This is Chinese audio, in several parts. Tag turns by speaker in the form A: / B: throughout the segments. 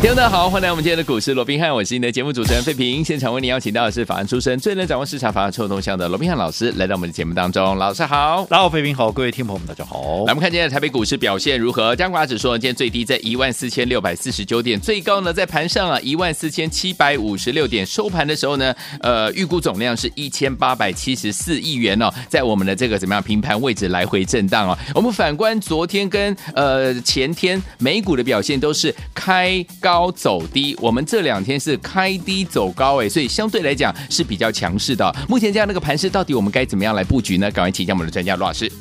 A: 听众大家好，欢迎来我们今天的股市罗宾汉，我是你的节目主持人费平。现场为您邀请到的是法案出身、最能掌握市场法案臭动向的罗宾汉老师，来到我们的节目当中。老师好，
B: 大家好，飞平好，各位听众朋友们，大家好
A: 来，。我们看今天的台北股市表现如何？加权指数呢今天最低在一万四千六百四十九点，最高呢在盘上啊一万四千七百五十六点，收盘的时候呢，呃，预估总量是一千八百七十四亿元哦，在我们的这个怎么样平盘位置来回震荡哦。我们反观昨天跟呃前天美股的表现都是开高走低，我们这两天是开低走高哎，所以相对来讲是比较强势的哦、目前这样的一个盘势，到底我们该怎么样来布局呢？赶快请教我们的专家罗老师。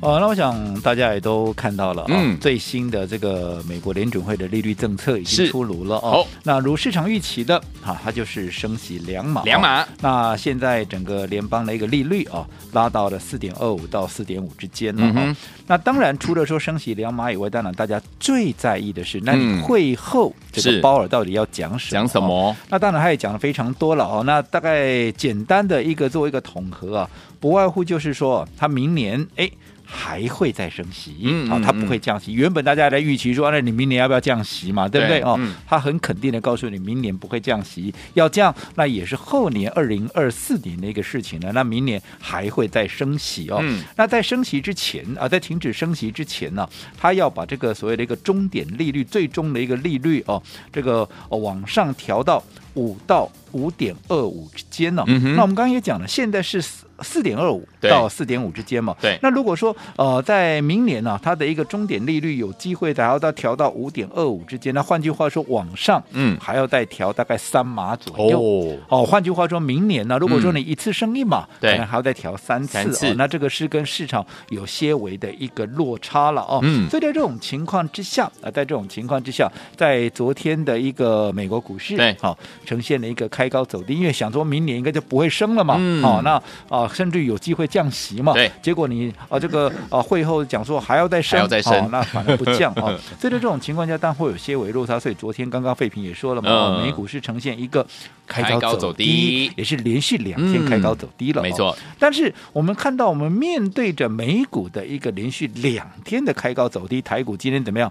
B: 呃，那我想大家也都看到了啊、
A: 嗯
B: 最新的这个美国联准会的利率政策已
A: 是
B: 经出炉了
A: 好
B: 哦。那如市场预期的啊，它就是升息两码、
A: 两码。
B: 那现在整个联邦的一个利率啊，拉到了四点二五到四点五之间了、
A: 嗯
B: 哈。
A: 哼
B: 那当然，除了说升息两码以外，当然大家最在意的是，那
A: 嗯
B: 你会后这
A: 是
B: 个鲍尔到底要讲什么？
A: 讲什
B: 哦
A: 么？
B: 那当然他也讲的非常多了哦。那大概简单的一个做一个统合啊，不外乎就是说，他明年哎。还会再升息，
A: 嗯
B: 啊
A: 嗯，
B: 他不会降息。原本大家在预期说，啊那你明年要不要降息嘛？对不对？
A: 对
B: 哦
A: 嗯，
B: 他很肯定的告诉你，明年不会降息。要降，那也是后年二零二四年的一个事情了。那明年还会再升息哦。
A: 嗯
B: 那在升息之前啊，在停止升息之前呢、他要把这个所谓的一个终点利率，最终的一个利率哦，这个、哦、往上调到五到五点二五之间呢、
A: 嗯哼
B: 那我们刚刚也讲了，现在是四四点二五
A: 对
B: 到四点五之间嘛。
A: 对
B: 那如果说呃，在明年呢、它的一个终点利率有机会达到到调到五点二五之间，那换句话说，往上
A: 嗯
B: 还要再调大概三码左右。哦，换句话说，明年呢，如果说你一次升一码，
A: 嗯对
B: 可能还要再调三次
A: 三次
B: 哦，那这个是跟市场有些微的一个落差了哦。
A: 嗯
B: 所以在这种情况之下啊、在这种情况之下，在昨天的一个美国股市，
A: 对
B: 好、呈现了一个开高走低，因为想说明年应该就不会升了嘛，
A: 嗯
B: 哦，那啊、甚至有机会降息嘛，
A: 对
B: 结果你啊、这个啊、会后讲说还要再
A: 还
B: 升，
A: 要再升
B: 哦，那反而不降 啊、哦，所以在这种情况下，但会有些微落差，所以昨天刚刚费平也说了嘛，哦
A: 嗯
B: 美股是呈现一个开
A: 开高
B: 高
A: 走
B: 走
A: 低嗯
B: 低，也是连续两天开高走低了、哦
A: 没。错，
B: 但是我们看到，我们面对着美股的一个连续两天的开高走低，台股今天怎么样？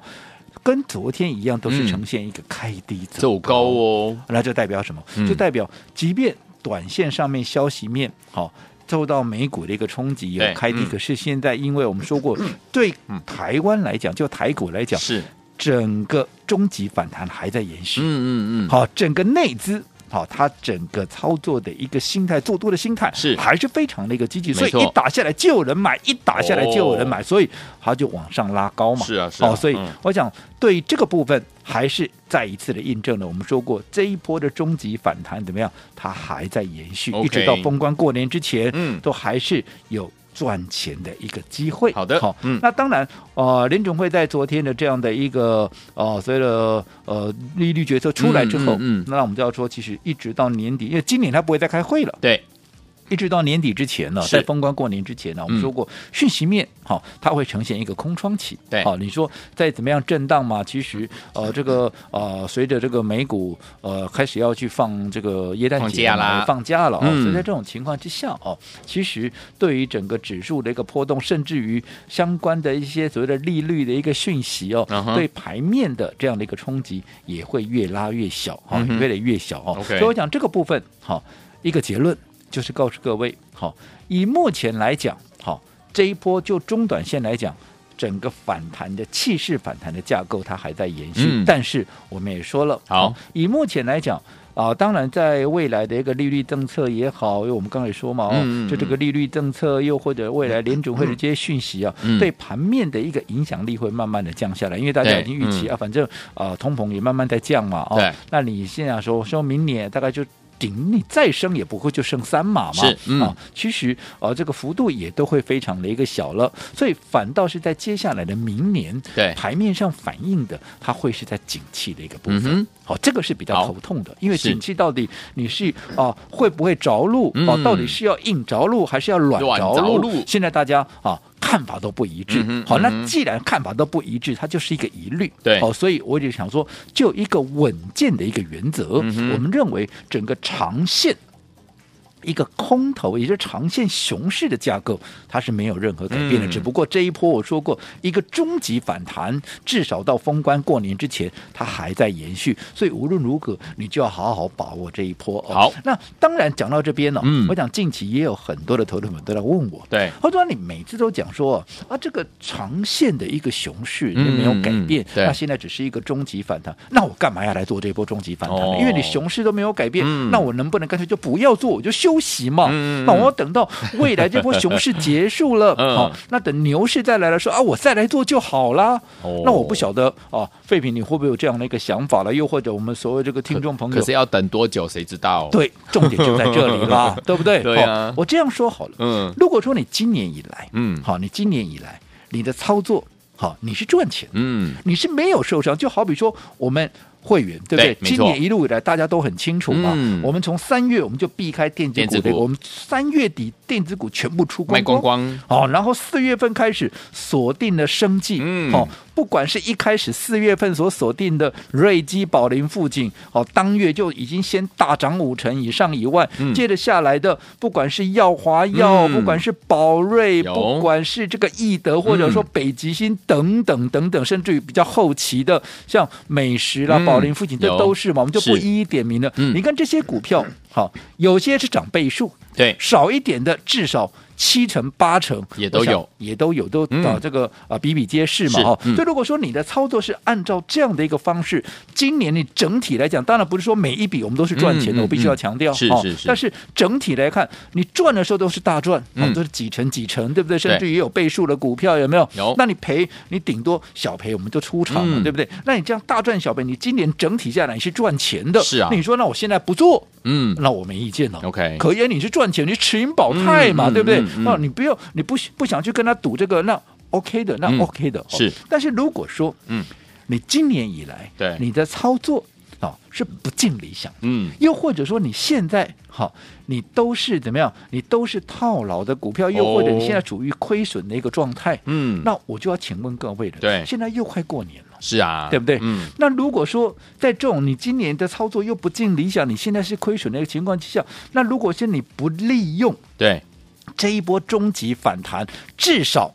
B: 跟昨天一样，都
A: 嗯
B: 是呈现一个开低
A: 走高哦，
B: 那就代表什么
A: 嗯？
B: 就代表即便短线上面消息面好。受到美股的一个冲击有
A: 对
B: 开低，
A: 嗯
B: 可是现在因为我们说过，对台湾来讲，就台股来讲，
A: 是，
B: 整个终极反弹还在延续。
A: 嗯嗯嗯，
B: 好，整个内资。好，他整个操作的一个心态，做多的心态
A: 是
B: 还是非常的一个积极，所
A: 没
B: 以
A: 错
B: 一打下来就有人买，一打下来就有人
A: 哦
B: 买，所以他就往上拉高嘛。
A: 是啊是啊
B: 哦，所以
A: 嗯
B: 我想对于这个部分还是再一次的印证了，我们说过这一波的终极反弹怎么样，它还在延续
A: OK
B: 一直到封关过年之前，
A: 嗯
B: 都还是有。赚钱的一个机会。
A: 好的
B: 好，
A: 嗯
B: 那当然，呃，联总会在昨天的这样的一个呃，所谓的呃利率决策出来之后，
A: 嗯嗯嗯
B: 那我们就要说，其实一直到年底，因为今年它不会再开会了，
A: 对，
B: 一直到年底之前呢，
A: 是嗯
B: 在封关过年之前呢，我们说过讯息面好、它会呈现一个空窗期。
A: 对
B: 好、你说再怎么样震荡嘛，其实呃，这个呃，随着这个美股呃开始要去放这个耶诞
A: 放
B: 节
A: 假
B: 嘛
A: 啦
B: 放假了哦，
A: 嗯
B: 所以在这种情况之下哦，其实对于整个指数的一个波动，甚至于相关的一些所谓的利率的一个讯息哦，
A: 嗯哼
B: 对盘面的这样的一个冲击也会越拉越小哈、
A: 嗯哼
B: 越来越小哦。
A: OK
B: 所以我讲这个部分好、一个结论就是告诉各位，好、以目前来讲，好、这一波就中短线来讲。整个反弹的气势反弹的架构，它还在延续，
A: 嗯
B: 但是我们也说了，
A: 好
B: 以目前来讲啊，当然在未来的一个利率政策也好，因为我们刚才也说嘛，哦，
A: 嗯嗯
B: 就这个利率政策，又或者未来联准会的这些讯息啊，
A: 嗯
B: 对盘面的一个影响力会慢慢的降下来，因为大家
A: 对嗯
B: 已经预期、啊，反正啊，通膨也慢慢在降嘛，哦
A: 对，
B: 那你现在说说明年大概就。顶你再升也不会就升三码嘛，
A: 是嗯
B: 啊，其实呃这个幅度也都会非常的一个小了，所以反倒是在接下来的明年，
A: 对
B: 台面上反映的，它会是在景气的一个部
A: 嗯哼
B: 分，好、这个是比较
A: 好
B: 头痛的，因为
A: 是
B: 景气到底你是啊、会不会着陆
A: 嗯
B: 哦、到底是要硬着陆还是要软
A: 软
B: 着
A: 着
B: 陆？
A: 陆
B: 现在大家啊。看法都不一致
A: 嗯，哼
B: 好，
A: 嗯哼
B: 那既然看法都不一致，它就是一个疑虑，
A: 对
B: 好，所以我就想说，就一个稳健的一个原则，
A: 嗯哼
B: 我们认为整个长线。一个空头，也就是长线熊市的架构，它是没有任何改变的。
A: 嗯
B: 只不过这一波我说过，一个终极反弹，至少到封关过年之前，它还在延续。所以无论如何，你就要好好把握这一波、哦。
A: 好，
B: 那当然讲到这边呢、哦
A: 嗯
B: 我讲近期也有很多的投资者都来问我，
A: 对，
B: 或者你每次都讲说啊，这个长线的一个熊市你没有改
A: 嗯
B: 变，
A: 嗯对
B: 那现在只是一个终极反弹，那我干嘛要来做这波终极反弹呢？
A: 哦
B: 因为你熊市都没有改变，
A: 嗯
B: 那我能不能干脆就不要做，我就休息嘛？
A: 嗯嗯
B: 那我要等到未来这波熊市结束 了，
A: 嗯
B: 好、那等牛市再来了，说啊，我再来做就好啦。
A: 哦
B: 那我不晓得啊，废品你会不会有这样的一个想法了？又或者我们所有这个听众朋友
A: 可是要等多久谁知道？，
B: 对，重点就在这里 啦，对不对？
A: 对啊
B: 好我这样说好了，
A: 嗯
B: 如果说你今年以来，
A: 嗯
B: 好，你今年以来你的操作，好，你是赚钱的，
A: 嗯，
B: 你是没有受伤，就好比说我们。会员对不对？
A: 对没错
B: 今年一路以来，大家都很清楚嘛。
A: 嗯
B: 我们从三月我们就避开电子
A: 电
B: 股
A: 子
B: 的，
A: 股
B: 我们三月底电子股全部出光
A: 卖光光，
B: 哦，然后四月份开始锁定了生计，
A: 嗯
B: 哦，不管是一开始四月份所锁定的瑞基、宝林附近，哦，当月就已经先大涨五成以上以外，
A: 嗯
B: 接着下来的，不管是耀华药，
A: 嗯
B: 不管是宝瑞，
A: 有嗯
B: 不管是这个易德，或者说北极星等等等等，甚至于比较后期的，像美食啦、
A: 嗯
B: 宝林附近，这
A: 有
B: 都是嘛，我们就不
A: 是
B: 一一点名了。
A: 嗯
B: 你看这些股票，好、有些是涨倍数，
A: 对，
B: 少一点的至少七成八成
A: 也都
B: 我想
A: 有
B: 也都有，都
A: 嗯
B: 啊这个啊比比皆是嘛
A: 是
B: 哈。
A: 嗯
B: 所以如果说你的操作是按照这样的一个方式，今年你整体来讲，当然不是说每一笔我们都是赚钱
A: 嗯
B: 的，
A: 嗯
B: 我必须要强调
A: 嗯是
B: 哦
A: 是是
B: 但是整体来看，你赚的时候都是大赚，
A: 嗯
B: 哦都是几成几成，对不对？
A: 对
B: 甚至于有倍数的股票有没有？
A: 有
B: 那你赔，你顶多小赔，我们就出场了，
A: 嗯
B: 对不对？那你这样大赚小赔，你今年整体下来你是赚钱的。
A: 是啊
B: 那你说那我现在不做，
A: 嗯
B: 那我没意见了。
A: ，OK，
B: 可啊言你是赚钱，你持盈保泰嘛，
A: 嗯
B: 对不
A: 嗯
B: 对？
A: 嗯
B: 那你不要，你不不想去跟他赌这个，那 OK 的，那
A: 嗯
B: OK 的。哦
A: 是
B: 但是如果说，
A: 嗯，
B: 你今年以来，
A: 对
B: 你的操作啊、哦是不尽理想的。
A: 嗯，
B: 又或者说你现在好，你都是怎么样？你都是套牢的股票，又
A: 哦
B: 或者你现在处于亏损的一个状态，
A: 嗯
B: 那我就要请问各位了，
A: 对
B: 现在又快过年了。
A: 是啊，
B: 对不对？
A: 嗯，
B: 那如果说在这种你今年的操作又不尽理想，你现在是亏损的一个情况之下，那如果是你不利用
A: 对，
B: 这一波终极反弹，至少。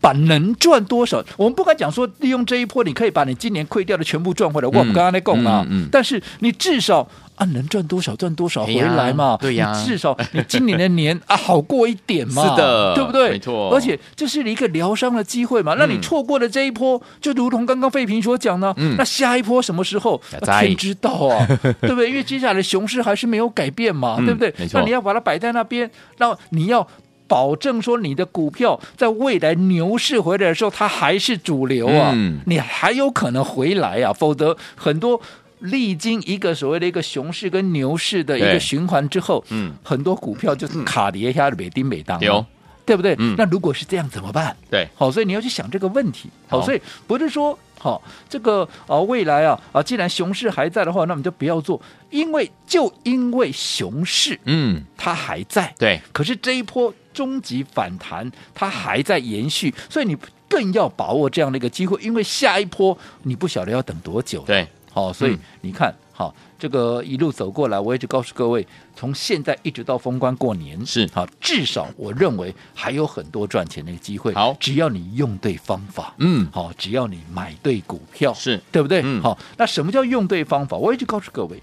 B: 把能赚多少，我们不敢讲说利用这一波，你可以把你今年亏掉的全部赚回来。我们刚刚在讲啊，
A: 嗯嗯嗯
B: 但是你至少啊能赚多少赚多少
A: 哎
B: 回
A: 呀
B: 来嘛，
A: 对呀
B: 你至少你今年的年啊好过一点嘛，
A: 是的
B: 对不对？
A: 没错
B: 而且这是一个疗伤的机会嘛，那你
A: 嗯
B: 错过了这一波，就如同刚刚费平所讲呢，
A: 嗯
B: 那下一波什么时候
A: 呀？在
B: 天知道啊，对不对？因为接下来熊市还是没有改变嘛，
A: 嗯
B: 对不对？
A: 没错
B: 那你要把它摆在那边，那你要。保证说你的股票在未来牛市回来的时候，它还是主流啊，
A: 嗯
B: 你还有可能回来啊，否则很多历经一个所谓的一个熊市跟牛市的一
A: 对
B: 个循环之后，
A: 嗯
B: 很多股票就卡跌一下，每丁每当啊，
A: 有
B: 对不对？
A: 嗯
B: 那如果是这样怎么办？
A: 对，
B: 好，所以你要去想这个问题。好，
A: 好
B: 所以不是说好、这个啊、未来啊啊，既然熊市还在的话，那我们就不要做，因为就因为熊市
A: 嗯，
B: 它还在，
A: 对，
B: 可是这一波终极反弹它还在延续，所以你更要把握这样的一个机会，因为下一波你不晓得要等多久。，
A: 对，
B: 好、所以
A: 嗯
B: 你看，好、这个一路走过来，我一直告诉各位，从现在一直到封关过年，
A: 是
B: 好、至少我认为还有很多赚钱的一个机会。
A: 好
B: 只要你用对方法，
A: 嗯，
B: 好、只要你买对股票，
A: 是
B: 对不对？
A: 嗯
B: 好、那什么叫用对方法？我一直告诉各位，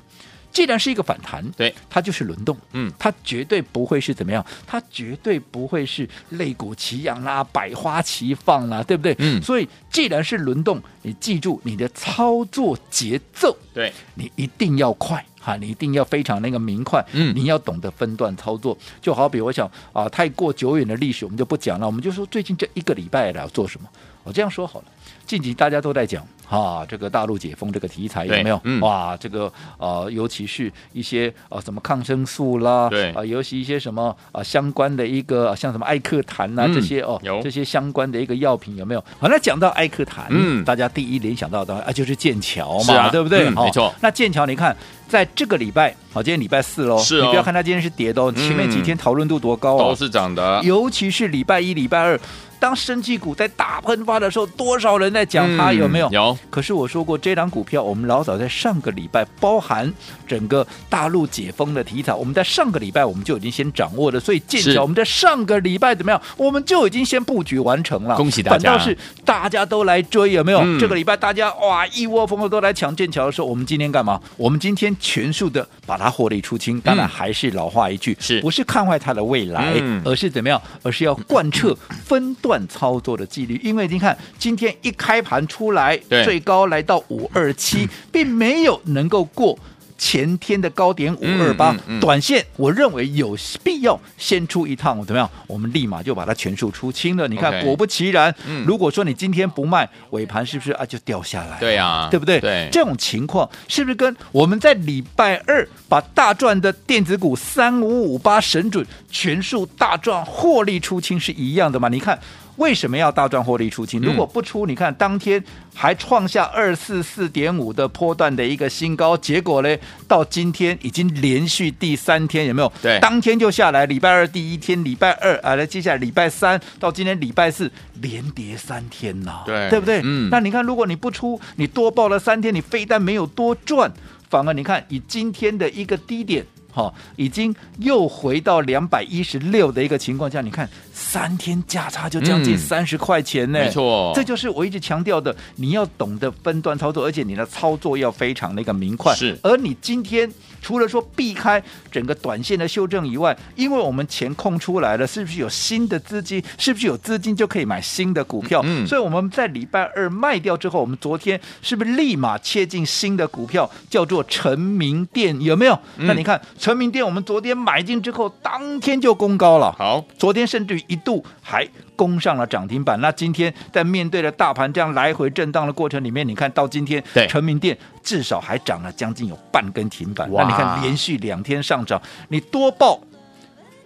B: 既然是一个反弹，
A: 对，
B: 它就是轮动，
A: 嗯
B: 它绝对不会是怎么样，它绝对不会是肋骨齐扬啦、百花齐放啦，对不对？
A: 嗯
B: 所以既然是轮动，你记住你的操作节奏，
A: 对，
B: 你一定要快哈，你一定要非常那个明快，
A: 嗯
B: 你要懂得分段操作。就好比我想啊，太过久远的历史我们就不讲了，我们就说最近这一个礼拜来做什么。我这样说好了，近期大家都在讲啊，这个大陆解封这个题材有
A: 对
B: 没有？
A: 嗯
B: 哇，这个呃，尤其是一些呃什么抗生素啦，
A: 对
B: 啊、尤其一些什么啊、呃相关的一个像什么艾克坦呐、
A: 嗯
B: 这些哦
A: 有，
B: 这些相关的一个药品有没有？好，那讲到艾克坦，
A: 嗯
B: 大家第一联想到的啊就是剑桥
A: 是
B: 嘛，
A: 啊
B: 对不对？
A: 嗯
B: 好
A: 没错
B: 那剑桥你看。在这个礼拜，好，今天礼拜四喽，
A: 是哦嗯
B: 你不要看它今天是跌的哦，前面几天讨论度多高啊，
A: 都是涨的，
B: 尤其是礼拜一、礼拜二，当生技股在大喷发的时候，多少人在讲它、
A: 嗯
B: 有没有？
A: 有，
B: 可是我说过，这档股票我们老早在上个礼拜，包含整个大陆解封的题材，我们在上个礼拜我们就已经先掌握了。所以剑
A: 是
B: 桥，我们在上个礼拜怎么样？我们就已经先布局完成了。
A: 恭喜大家
B: 反倒是大家都来追，有没有？
A: 嗯
B: 这个礼拜大家哇一窝蜂的都来抢剑桥的时候，我们今天干嘛？我们今天全数的把它获利出清。当
A: 嗯
B: 然还是老话一句，
A: 是
B: 不是看坏它的未来，
A: 嗯
B: 而是怎么样？而是要贯彻分段操作的纪律。因为你看，今天一开盘出来，
A: 对嗯
B: 最高来到五二七，并没有能够过。前天的高点五二
A: 嗯
B: 八
A: 嗯，嗯
B: 短线我认为有必要先出一趟，怎么样？我们立马就把它全数出清了。你看，
A: OK
B: 果不其然
A: 嗯，
B: 如果说你今天不卖，尾盘是不是啊就掉下来？
A: 对啊
B: 对不对？
A: 对
B: 这种情况是不是跟我们在礼拜二把大赚的电子股三五五八神准全数大赚获利出清是一样的吗？你看。为什么要大赚获利出
A: 嗯
B: 清？如果不出，你看当天还创下二四四点五的波段的一个新高，结果呢，到今天已经连续第三天，有没有？
A: 对
B: 当天就下来，礼拜二第一天，礼拜二啊，来接下来礼拜三到今天礼拜四连跌三天呐、
A: 对
B: 对不对？
A: 嗯
B: 那那你看，如果你不出，你多报了三天，你非但没有多赚，反而你看以今天的一个低点。哈、已经又回到两百一十六的一个情况下，你看三天价差就将近
A: 嗯
B: 三十块钱呢、
A: 没错
B: 这就是我一直强调的，你要懂得分段操作，而且你的操作要非常的一个明快。
A: 是
B: 而你今天除了说避开整个短线的修正以外，因为我们钱空出来了，是不是有新的资金？是不是有资金就可以买新的股票？
A: 嗯嗯
B: 所以我们在礼拜二卖掉之后，我们昨天是不是立马切进新的股票，叫做成名店？有没有？那你看成名店，我们昨天买进之后，当天就攻高了。
A: 好，
B: 昨天甚至于一度还攻上了涨停板。那今天在面对着大盘这样来回震荡的过程里面，你看到今天
A: 对
B: 成名店至少还涨了将近有半根停板。
A: 哇
B: 那你看连续两天上涨，你多报。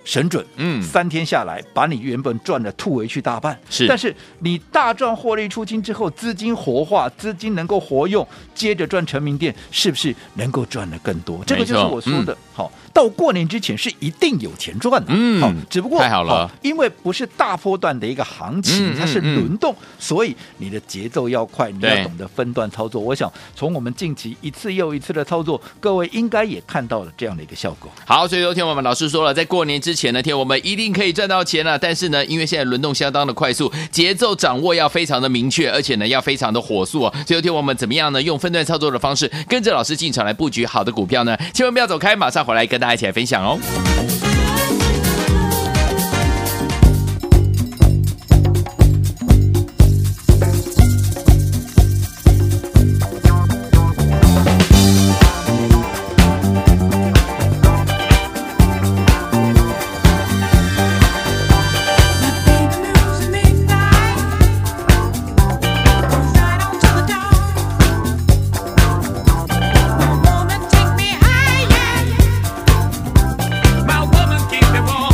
B: 神准，
A: 嗯
B: 三天下来，把你原本赚的吐回去大半，
A: 是
B: 但是你大赚获利出清之后，资金活化，资金能够活用，接着赚成名店，是不是能够赚的更多？这个就是
A: 没错
B: 我说的。好，到过年之前是一定有钱赚的。
A: 嗯
B: 好，只不过
A: 太好了
B: 因为不是大波段的一个行
A: 嗯
B: 情，
A: 嗯
B: 它是轮动，所以你的节奏要快，你
A: 对
B: 要懂得分段操作。我想从我们近期一次又一次的操作，各位应该也看到了这样的一个效果。
A: 好，所以昨天我们老师说了，在过年之前呢，天我们一定可以赚到钱了。但是呢，因为现在轮动相当的快速，节奏掌握要非常的明确，而且呢要非常的火速哦。所以昨天我们怎么样呢？用分段操作的方式，跟着老师进场来布局好的股票呢？千万不要走开，马上回来跟大家一起来分享哦。
C: My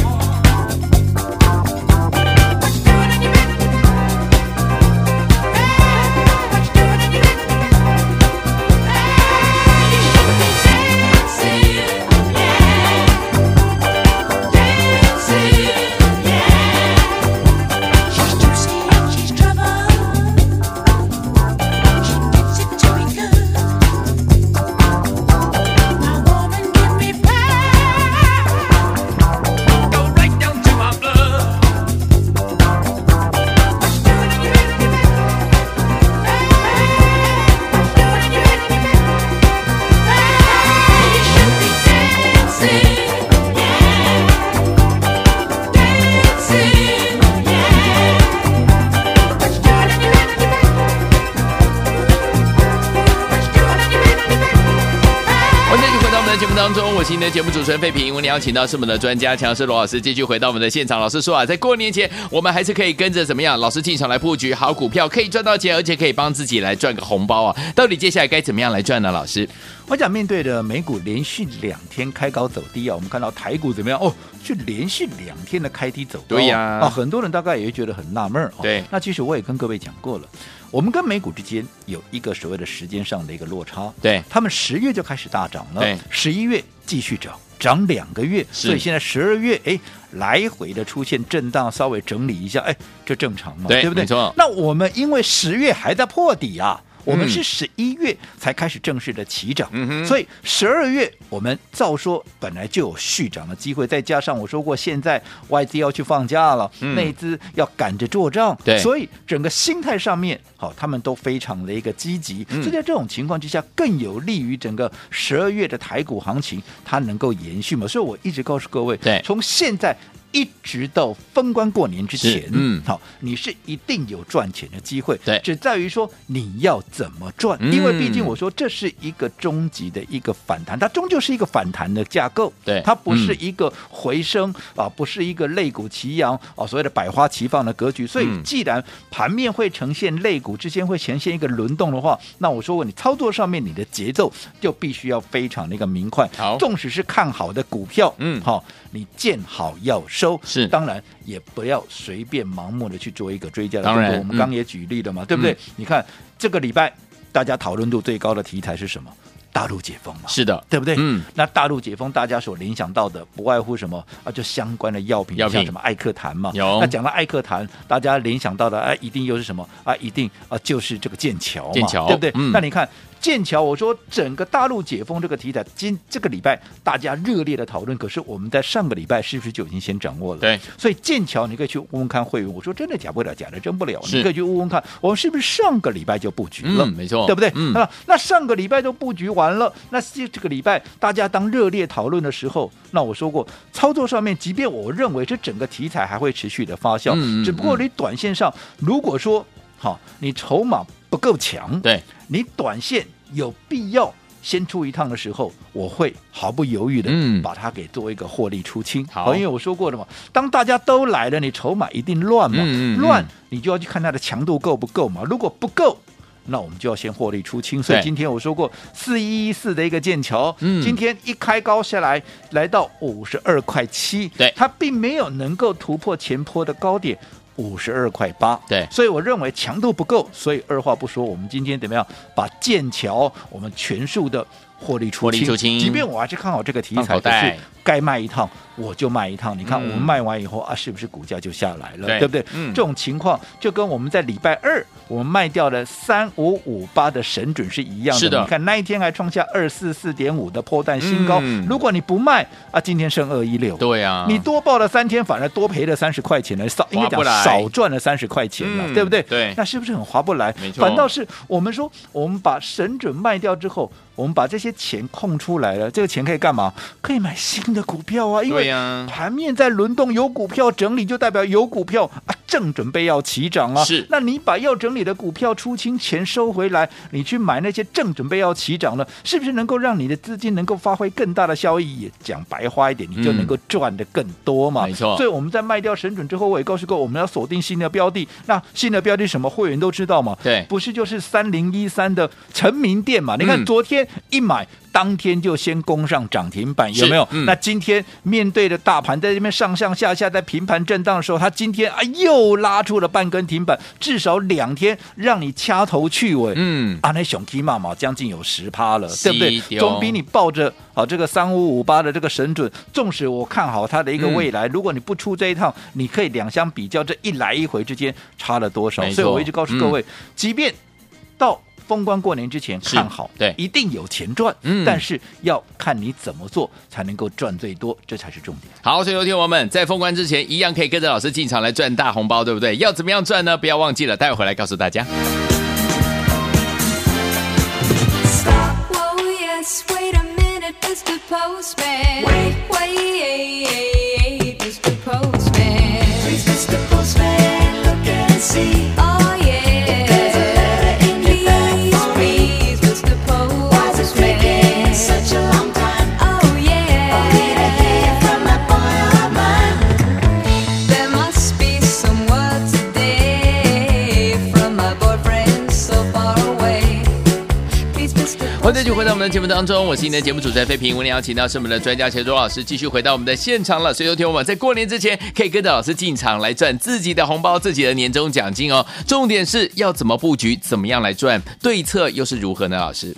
A: 我是今天的节目主持人费平，我们邀请到是我们的专家强势罗老师，继续回到我们的现场。老师说啊，在过年前，我们还是可以跟着怎么样，老师进场来布局好股票，可以赚到钱，而且可以帮自己来赚个红包啊。到底接下来该怎么样来赚呢？老师，
B: 我想面对着美股连续两天开高走低啊，我们看到台股怎么样？哦，是连续两天的开低走高啊。
A: 对呀
B: 啊，很多人大概也会觉得很纳闷儿、哦。
A: 对
B: 那其实我也跟各位讲过了，我们跟美股之间有一个所谓的时间上的一个落差。
A: 对
B: 他们十月就开始大涨了
A: 对，
B: 十一月继续涨。涨两个月，
A: 是
B: 所以现在十二月，哎，来回的出现震荡，稍微整理一下，哎，这正常嘛，
A: 对
B: 不对？
A: 没错
B: 那我们因为十月还在破底啊，我们
A: 嗯
B: 是十一月才开始正式的起涨，
A: 嗯哼
B: 所以十二月我们照说本来就有续涨的机会，再加上我说过，现在外资要去放假了，
A: 嗯
B: 内资要赶着做账，
A: 对
B: 所以整个心态上面，好、他们都非常的一个积极，
A: 嗯
B: 所以在这种情况之下，更有利于整个十二月的台股行情它能够延续嘛，所以我一直告诉各位，
A: 对
B: 从现在。一直到封关过年之前
A: 是，嗯
B: 好，你是一定有赚钱的机会，
A: 对
B: 只在于说你要怎么赚，
A: 嗯
B: 因为毕竟我说这是一个终极的一个反弹，它终究是一个反弹的架构，
A: 对
B: 它不是
A: 嗯
B: 一个回升、啊，不是一个肋骨齐扬啊，所谓的百花齐放的格局。所以
A: 嗯
B: 既然盘面会呈现肋骨之间会呈现一个轮动的话，那我说过你操作上面你的节奏就必须要非常的一个明快，
A: 好
B: 纵使是看好的股票，
A: 嗯
B: 好、你见好要收，
A: 是
B: 当然也不要随便盲目的去做一个追加的动
A: 当
B: 作。
A: 然
B: 我
A: 嗯
B: 们刚也举例了嘛，对不对？
A: 嗯
B: 你看这个礼拜大家讨论度最高的题材是什么？大陆解封嘛，
A: 是的，
B: 对不对？
A: 嗯，
B: 那大陆解封，大家所联想到的不外乎什么啊？就相关的药品，
A: 药品
B: 像什么艾克坦嘛。
A: 有
B: 那讲到艾克坦，大家联想到的啊，一定又是什么啊？一定啊，就是这个剑桥嘛，
A: 剑桥
B: 对不对？
A: 嗯
B: 那你看剑桥，我说整个大陆解封这个题材，今这个礼拜大家热烈的讨论，可是我们在上个礼拜是不是就已经先掌握了？
A: 对，
B: 所以剑桥你可以去问问看会员，我说真的假不了，假的真不了，
A: 是
B: 你可以去问问看，我们是不是上个礼拜就布局了？
A: 嗯没错
B: 对不对？
A: 嗯
B: 那那上个礼拜都布局完了，那这这个礼拜大家当热烈讨论的时候，那我说过，操作上面，即便我认为这整个题材还会持续的发酵，
A: 嗯嗯
B: 只不过
A: 嗯
B: 你短线上，如果说好，你筹码不够强，
A: 对，
B: 你短线有必要。先出一趟的时候，我会毫不犹豫的
A: 嗯
B: 把它给做一个获利出清。
A: 好
B: 好因为我说过了嘛，当大家都来了，你筹码一定乱嘛，
A: 嗯嗯嗯
B: 乱你就要去看它的强度够不够嘛。如果不够，那我们就要先获利出清。所以
A: 对
B: 今天我说过四一一四的一个剑桥，
A: 嗯
B: 今天一开高下来来到五十二块七，
A: 对
B: 它并没有能够突破前坡的高点。五十二块八，
A: 对
B: 所以我认为强度不够，所以二话不说，我们今天怎么样把剑桥我们全数的获利出
A: 获利
B: 清？
A: 出清
B: 即便我还是看好这个题
A: 放
B: 材，
A: 口
B: 可是
A: 袋
B: 该卖一趟我就卖一趟。你看
A: 嗯
B: 我们卖完以后啊，是不是股价就下来了？
A: 对
B: 对不对？
A: 嗯
B: 这种情况就跟我们在礼拜二我们卖掉了三五五八的神准是一样的。
A: 是的
B: 你看那一天还创下二四四点五的破蛋新高。
A: 嗯
B: 如果你不卖啊，今天剩二一六。
A: 对啊，
B: 你多报了三天，反而多赔了三十块钱了，少应
A: 划
B: 该
A: 不
B: 讲
A: 来
B: 少赚了三十块钱了，
A: 嗯
B: 对不对？
A: 对
B: 那是不是很划不来？
A: 没错
B: 反倒是我们说，我们把神准卖掉之后，我们把这些钱空出来了，这个钱可以干嘛？可以买新的股票啊，因
A: 对
B: 为
A: 呀，
B: 盘面在轮动，有股票整理就代表有股票啊，正准备要起涨啊。
A: 是
B: 那你把要整理的股票出清钱收回来，你去买那些正准备要起涨了，是不是能够让你的资金能够发挥更大的效益？也讲白话一点，你就
A: 嗯
B: 能够赚得更多嘛。
A: 没错
B: 所以我们在卖掉神准之后，我也告诉过我们要锁定新的标的。那新的标的是什么会员都知道嘛？
A: 对
B: 不是就是三零一三的成名店嘛？你看
A: 嗯
B: 昨天一买。当天就先攻上涨停板，有
A: 是
B: 没有？
A: 嗯
B: 那今天面对着大盘在这边上上下下在平盘震荡的时候，它今天啊又拉出了半根停板，至少两天让你掐头去尾。
A: 嗯，
B: 啊，那熊 K 嘛嘛，将近有十趴了，
A: 是
B: 对不对？
A: 对哦
B: 总比你抱着啊这个三五五八的这个神准，纵使我看好它的一
A: 嗯
B: 个未来，如果你不出这一趟，你可以两相比较，这一来一回之间差了多少
A: 没？错嗯
B: 所以我一直告诉各位，即便到封关过年之前
A: 是
B: 看好，
A: 对
B: 一定有钱赚，
A: 嗯
B: 但是要看你怎么做才能够赚最多，这才是重点。
A: 好，所以有听友们在封关之前，一样可以跟着老师进场来赚大红包，对不对？要怎么样赚呢？不要忘记了，待会回来告诉大家。
C: Whoa, Oh, yes, wait a minute, Mr. Postman. Wait, wait, Mr. Postman. Please, Mr. Postman, look and see. Oh, yeah. There's a letter in your bag for me. Please, Mr. Postman. Why's it taking such a long time? Oh, yeah.
A: 们的节目当中，我是您的节目主持人费平。我们邀请到是我们的专家钱卓老师，继续回到我们的现场了。所以，有天我们在过年之前可以跟着老师进场来赚自己的红包、自己的年终奖金哦。重点是要怎么布局，怎么样来赚，对策又是如何呢？老师，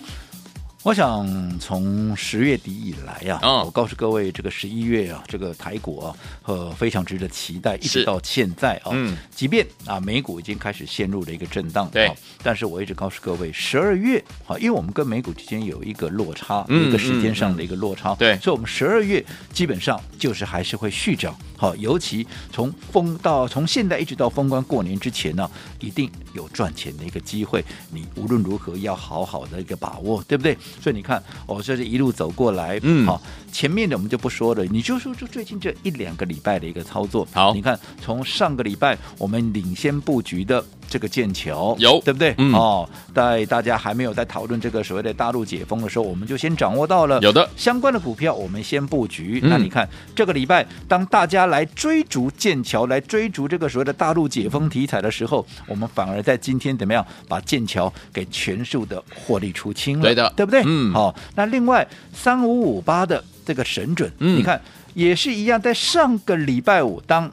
B: 我想从十月底以来呀、啊，
A: 嗯
B: 我告诉各位，这个十一月啊，这个台股啊，呃，非常值得期待，一
A: 是
B: 直到现在啊，
A: 嗯
B: 即便啊，美股已经开始陷入了一个震荡，
A: 对
B: 啊但是我一直告诉各位，十二月啊，因为我们跟美股之间有一个落差，
A: 嗯
B: 有一个时间上的一个落差，
A: 对
B: 所以我们十二月基本上就是还是会续涨，好、尤其从封到从现在一直到封关过年之前呢、一定有赚钱的一个机会，你无论如何要好好的一个把握，对不对？所以你看，哦，这是一路走过来，
A: 嗯
B: 好、前面的我们就不说了，你就说就最近这一两个礼拜的一个操作，
A: 好
B: 你看从上个礼拜我们领先布局的这个剑桥
A: 有
B: 对不对？
A: 嗯
B: 哦，在大家还没有在讨论这个所谓的大陆解封的时候，我们就先掌握到了
A: 有的
B: 相关的股票，我们先布局。
A: 嗯
B: 那你看这个礼拜，当大家来追逐剑桥，来追逐这个所谓的大陆解封题材的时候，我们反而在今天怎么样把剑桥给全数的获利出清了？
A: 对的
B: 对不对？
A: 嗯
B: 好、那另外三五五八的这个神准，
A: 嗯
B: 你看也是一样，在上个礼拜五当。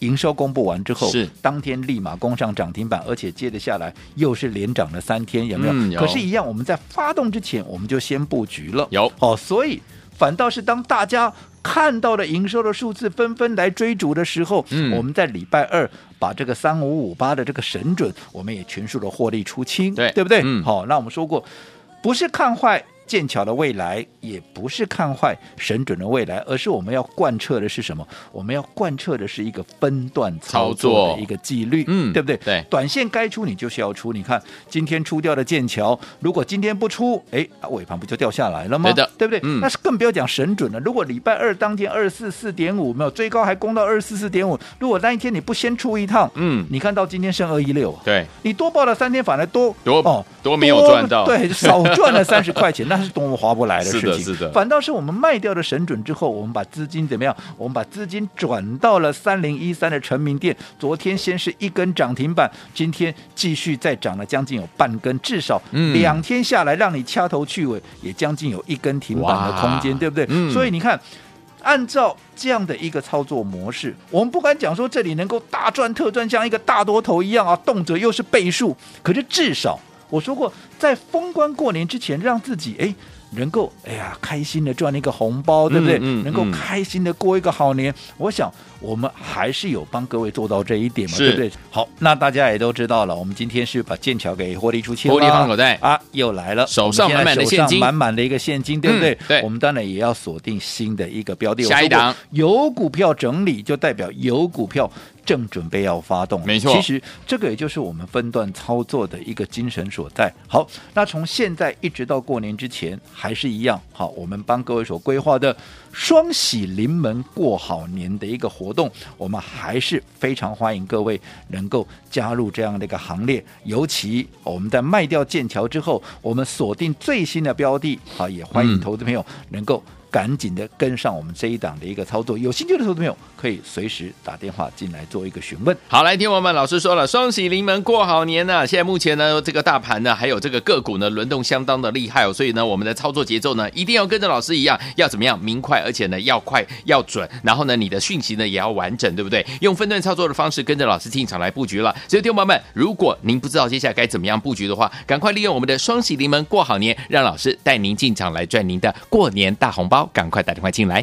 B: 营收公布完之后，
A: 是
B: 当天立马攻上涨停板，而且接着下来又是连涨了三天，有没有？
A: 嗯有
B: 可是，一样，我们在发动之前，我们就先布局了。
A: 有
B: 哦，所以反倒是当大家看到了营收的数字纷纷来追逐的时候，
A: 嗯
B: 我们在礼拜二把这个三五五八的这个神准，我们也全数的获利出清，
A: 对
B: 对不对？
A: 嗯
B: 好、那我们说过，不是看坏。剑桥的未来也不是看坏神准的未来，而是我们要贯彻的是什么？我们要贯彻的是一个分段
A: 操
B: 操作
A: 作
B: 的一个纪律，
A: 嗯
B: 对不对？
A: 对
B: 短线该出你就是要出。你看今天出掉的剑桥，如果今天不出，哎，啊尾盘不就掉下来了
A: 对
B: 吗？
A: 的
B: 对不对？
A: 嗯
B: 那是更不要讲神准了。如果礼拜二当天二四四点五没有最高还攻到二四四点五，如果那一天你不先出一趟，
A: 嗯
B: 你看到今天剩二一六，啊
A: 对，
B: 你多报了三天，反而多哦
A: 多多没有赚到
B: 对，少赚了三十 块钱，那是多么划不来的事情。
A: 是的是的
B: 反倒是我们卖掉了神准之后，我们把资金怎么样？我们把资金转到了三零一三的成名店。昨天先是一根涨停板，今天继续再涨了将近有半根，至少
A: 嗯
B: 两天下来，让你掐头去尾也将近有一根停板的空间，
A: 哇
B: 对不对？
A: 嗯
B: 所以你看。按照这样的一个操作模式，我们不敢讲说这里能够大赚特赚，像一个大多头一样啊，动辄又是倍数。可是至少我说过，在封关过年之前，让自己哎能够哎呀开心的赚一个红包，对不对？
A: 嗯嗯
B: 能够
A: 嗯
B: 开心的过一个好年。我想我们还是有帮各位做到这一点嘛，
A: 是
B: 对不对？好，那大家也都知道了，我们今天是把剑桥给获利出清了，
A: 获利放口袋
B: 啊，又来了，
A: 手上满满的
B: 我们现在手上
A: 现金
B: 满满的一个现金，对不对？
A: 嗯对
B: 我们当然也要锁定新的一个标的。
A: 下一档
B: 我说过有股票整理，就代表有股票正准备要发动了，
A: 没错
B: 其实这个也就是我们分段操作的一个精神所在。好，那从现在一直到过年之前，还是一样。好，我们帮各位所规划的双喜临门过好年的一个活动，我们还是非常欢迎各位能够加入这样的一个行列。尤其我们在卖掉剑桥之后，我们锁定最新的标的，好，也欢
A: 嗯
B: 迎投资朋友能够。赶紧的跟上我们这一档的一个操作，有兴趣的投资朋友可以随时打电话进来做一个询问。
A: 好，来，听我们老师说了，双喜临门过好年啊呢、现在目前呢，这个大盘呢，还有这个个股呢，轮动相当的厉害哦。所以呢，我们的操作节奏呢，一定要跟着老师一样，要怎么样明快，而且呢要快要准，然后呢，你的讯息呢也要完整，对不对？用分段操作的方式跟着老师进场来布局了。所以，听众朋友们，如果您不知道接下来该怎么样布局的话，赶快利用我们的双喜临门过好年，让老师带您进场来赚您的过年大红包。赶快打电话进来。